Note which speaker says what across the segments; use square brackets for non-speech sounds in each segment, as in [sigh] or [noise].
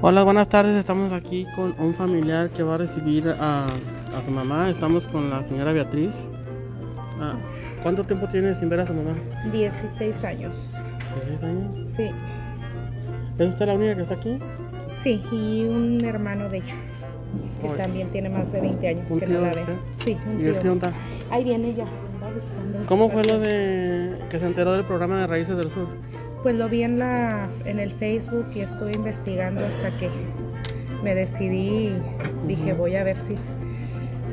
Speaker 1: Hola, buenas tardes. Estamos aquí con un familiar que va a recibir a, a su mamá. Estamos con la señora Beatriz. Ah, ¿Cuánto tiempo tiene sin ver a su mamá?
Speaker 2: 16 años.
Speaker 1: ¿16 años?
Speaker 2: Sí,
Speaker 1: ¿Es usted la única que está aquí?
Speaker 2: sí, y un hermano de ella, que
Speaker 1: Oye.
Speaker 2: también tiene más de 20 años
Speaker 1: ¿Un
Speaker 2: que
Speaker 1: tío
Speaker 2: no la
Speaker 1: de
Speaker 2: ve.
Speaker 1: usted?
Speaker 2: Sí, un
Speaker 1: ¿Y el tío
Speaker 2: tío.
Speaker 1: dónde está?
Speaker 2: Ahí viene ella, va buscando.
Speaker 1: ¿Cómo fue lo de que se enteró del programa de Raíces del Sur?
Speaker 2: Pues lo vi en, la, en el Facebook y estuve investigando hasta que me decidí y dije, voy a ver si,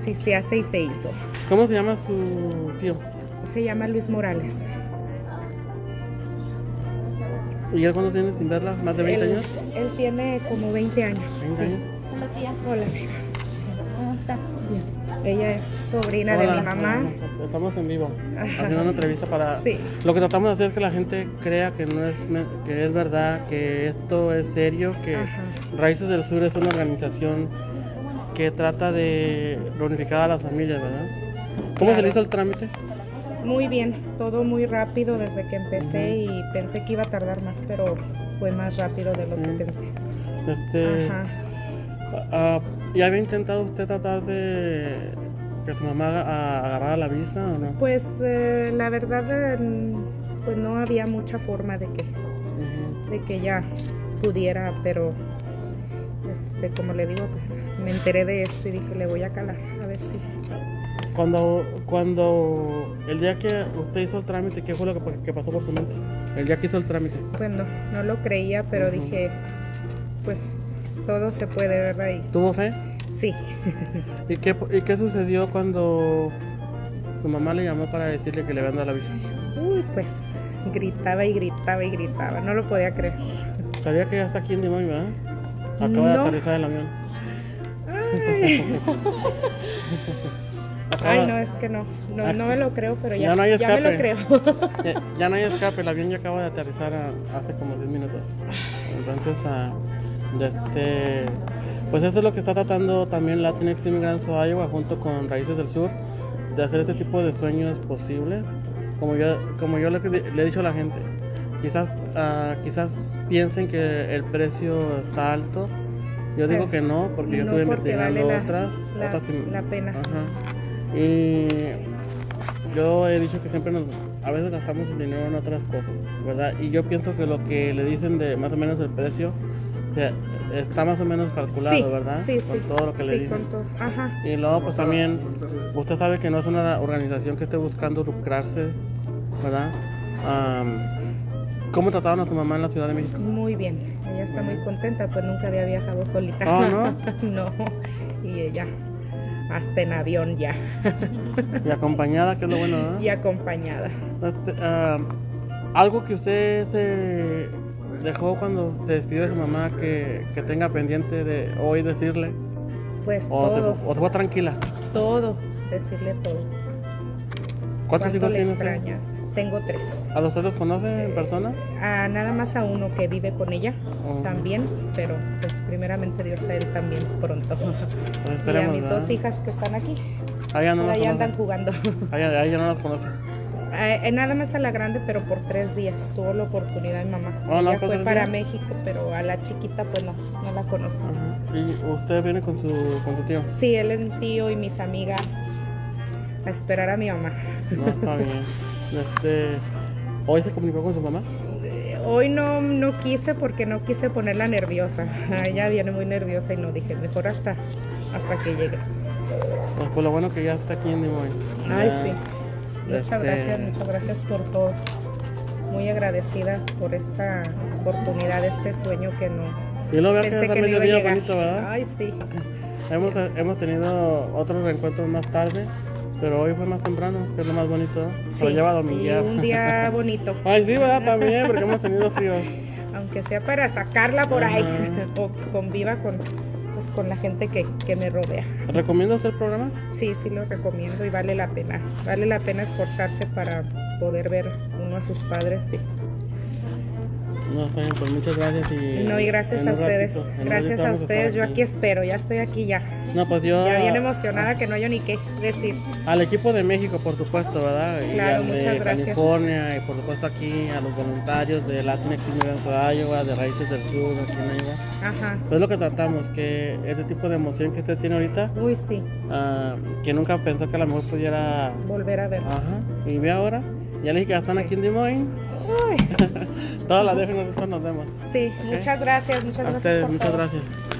Speaker 2: si se hace y se hizo.
Speaker 1: ¿Cómo se llama su tío?
Speaker 2: Se llama Luis Morales.
Speaker 1: ¿Y él cuánto tiene sin verla? ¿Más de 20
Speaker 2: él,
Speaker 1: años?
Speaker 2: él tiene como 20 años.
Speaker 1: 20
Speaker 2: sí.
Speaker 1: años.
Speaker 3: Hola tía,
Speaker 2: Hola, amiga.
Speaker 3: ¿cómo está?
Speaker 2: ella es sobrina de
Speaker 1: Hola,
Speaker 2: mi mamá.
Speaker 1: hola, Estamos en vivo,
Speaker 2: Ajá.
Speaker 1: haciendo una entrevista para...
Speaker 2: Sí.
Speaker 1: Lo que tratamos de hacer es que la gente crea que no es, me- que es verdad, que esto es serio, que
Speaker 2: Ajá.
Speaker 1: Raíces del Sur es una organización que trata de reunificar a las familias, ¿verdad? ¿Cómo se
Speaker 2: Claro.
Speaker 1: le hizo el trámite?
Speaker 2: Muy bien, todo muy rápido desde que empecé y pensé que iba a tardar más, pero fue más rápido de lo que
Speaker 1: Mm.
Speaker 2: pensé.
Speaker 1: Este,
Speaker 2: Ajá.
Speaker 1: ah, ¿Ya había intentado usted tratar de que su mamá aga- a- agarrara la visa o no?
Speaker 2: Pues eh, la verdad, eh, mm, pues no había mucha forma de que,
Speaker 1: Ujú.
Speaker 2: de que ya pudiera, pero este, como le digo, pues me enteré de esto y dije, le voy a calar, a ver si.
Speaker 1: Cuando, cuando, el día que usted hizo el trámite, ¿qué fue lo que, pa- que pasó por su mente? El día que hizo el trámite.
Speaker 2: Pues no, no lo creía, pero
Speaker 1: Ujú.
Speaker 2: dije, pues todo se puede, ¿verdad? Y
Speaker 1: ¿Tuvo fe?
Speaker 2: sí.
Speaker 1: ¿Y qué, y qué sucedió cuando su mamá le llamó para decirle que le habían dado la visa?
Speaker 2: Uy, pues gritaba y gritaba y gritaba, no lo podía creer.
Speaker 1: Sabía que ya está aquí en Dimoy, ¿verdad? Acaba de
Speaker 2: No.
Speaker 1: aterrizar el avión.
Speaker 2: Ay,
Speaker 1: [laughs] Acaba-
Speaker 2: Ay, no, es que no, no, no me lo creo, pero ya,
Speaker 1: Ah. Ya no hay
Speaker 2: ya me lo creo.
Speaker 1: escape. ya, ya no hay escape, el avión ya acaba de aterrizar a- hace como 10 minutos. Entonces, ah, de este, pues eso es lo que está tratando también Latinx Immigrants of Iowa junto con Raíces del Sur, de hacer este tipo de sueños posibles. Como yo, como yo le, le he dicho a la gente, quizás, ah, quizás piensen que el precio está alto. Yo digo
Speaker 2: Pero
Speaker 1: que no, porque yo
Speaker 2: no,
Speaker 1: estuve
Speaker 2: porque
Speaker 1: investigando
Speaker 2: vale la-
Speaker 1: otras,
Speaker 2: la-
Speaker 1: otras im-
Speaker 2: la pena.
Speaker 1: Ajá. Y yo he dicho que siempre nos, a veces gastamos el dinero en otras cosas, ¿verdad? Y yo pienso que lo que le dicen de más o menos el precio o sea, está más o menos calculado,
Speaker 2: [laughs] sí,
Speaker 1: ¿verdad?
Speaker 2: sí,
Speaker 1: con
Speaker 2: sí.
Speaker 1: todo lo que le
Speaker 2: sí,
Speaker 1: dicen.
Speaker 2: con todo. Ajá.
Speaker 1: Y luego, pues también, usted sabe que no es una organización que esté buscando lucrarse, ¿verdad? Am, ¿Cómo trataron a tu mamá en la Ciudad de México?
Speaker 2: Muy bien. Ella está muy contenta, pues nunca había viajado solita.
Speaker 1: Ah, ¿no?
Speaker 2: [laughs] no. Y ella, hasta en avión ya.
Speaker 1: Y acompañada, que es lo bueno, ¿verdad?
Speaker 2: Y acompañada.
Speaker 1: Este, ah, algo que usted se dejó cuando se despidió de su mamá que, que tenga pendiente de hoy decirle.
Speaker 2: Pues
Speaker 1: O se,
Speaker 2: todo,
Speaker 1: o se fue tranquila.
Speaker 2: todo, decirle todo.
Speaker 1: ¿Cuántos
Speaker 2: Cuánto
Speaker 1: hijos
Speaker 2: le
Speaker 1: tiene usted?
Speaker 2: extraña. Tengo tres.
Speaker 1: ¿A los tres los conoce en persona?
Speaker 2: a nada más a uno que vive con ella
Speaker 1: Ujú.
Speaker 2: también, pero pues primeramente Dios a él también
Speaker 1: [laughs]
Speaker 2: pronto.
Speaker 1: Pues
Speaker 2: Y a
Speaker 1: esperemos,
Speaker 2: mis
Speaker 1: ¿verdad?
Speaker 2: dos hijas que están aquí,
Speaker 1: A ella no
Speaker 2: por
Speaker 1: las
Speaker 2: ahí
Speaker 1: conoce.
Speaker 2: andan jugando. [laughs]
Speaker 1: A ella- a ella no las conoce.
Speaker 2: Eh, eh, nada más a la grande, pero por tres días tuvo la oportunidad mi mamá.
Speaker 1: Ah, no,
Speaker 2: ella
Speaker 1: por
Speaker 2: fue
Speaker 1: tres
Speaker 2: para
Speaker 1: días.
Speaker 2: México, pero a la chiquita pues no, no la conozco.
Speaker 1: Ajá. Y usted viene con su, con su tío.
Speaker 2: Sí, él es mi tío y mis amigas a esperar a mi mamá.
Speaker 1: No, está bien. Este, hoy se comunicó con su mamá.
Speaker 2: Eh, Hoy no, no quise porque no quise ponerla nerviosa. [laughs] Ella viene muy nerviosa y no dije, mejor hasta, hasta que llegue.
Speaker 1: Pues, pues lo bueno que ya está aquí en Nimoy.
Speaker 2: Ay,
Speaker 1: Ya,
Speaker 2: sí. Muchas
Speaker 1: este,
Speaker 2: gracias, muchas gracias por todo. Muy agradecida por esta oportunidad, este sueño que no
Speaker 1: Y lo veo que
Speaker 2: pensé
Speaker 1: es a
Speaker 2: que no iba a
Speaker 1: mediodía
Speaker 2: llegar.
Speaker 1: bonito, ¿verdad?
Speaker 2: Ay, sí.
Speaker 1: Hemos, eh, hemos tenido otros reencuentros más tarde, pero hoy fue más temprano, que es lo más bonito. ¿eh? Pero
Speaker 2: sí.
Speaker 1: lleva a
Speaker 2: y
Speaker 1: dominguear.
Speaker 2: un día bonito,
Speaker 1: [laughs] Ay, sí, ¿verdad? También, porque hemos tenido frío.
Speaker 2: aunque sea para sacarla por ahí
Speaker 1: Ajá.
Speaker 2: o que conviva con, pues, con la gente que, que me rodea.
Speaker 1: ¿Recomienda usted el programa?
Speaker 2: Sí, sí lo recomiendo y vale la pena. Vale la pena esforzarse para poder ver uno a sus padres, sí.
Speaker 1: Y No, está bien, pues muchas gracias y...
Speaker 2: No, y gracias
Speaker 1: en
Speaker 2: a
Speaker 1: un
Speaker 2: ustedes.
Speaker 1: ratito, en un
Speaker 2: Gracias
Speaker 1: ratito
Speaker 2: a
Speaker 1: vamos estar
Speaker 2: ustedes. Yo aquí espero, ya estoy aquí ya.
Speaker 1: No, pues yo...
Speaker 2: Ya bien emocionada que no yo ni qué decir.
Speaker 1: Al equipo de México, por supuesto, ¿verdad? Y
Speaker 2: Claro,
Speaker 1: al de
Speaker 2: muchas gracias.
Speaker 1: California y por supuesto aquí a los voluntarios de Latinx Immigrants de Iowa, de Raíces del Sur, aquí en Iowa.
Speaker 2: Ajá.
Speaker 1: Pues es lo que tratamos, que este tipo de emoción que usted tiene ahorita,
Speaker 2: Uy, sí,
Speaker 1: ah, que nunca pensó que a lo mejor pudiera...
Speaker 2: volver a ver.
Speaker 1: Ajá, y ve ahora, ya les dije que están
Speaker 2: Sí.
Speaker 1: aquí en Des Moines.
Speaker 2: Uy,
Speaker 1: Todas las dejo y nosotros nos vemos.
Speaker 2: sí, muchas gracias, muchas
Speaker 1: A
Speaker 2: gracias.
Speaker 1: ustedes,
Speaker 2: por
Speaker 1: muchas
Speaker 2: todo.
Speaker 1: gracias.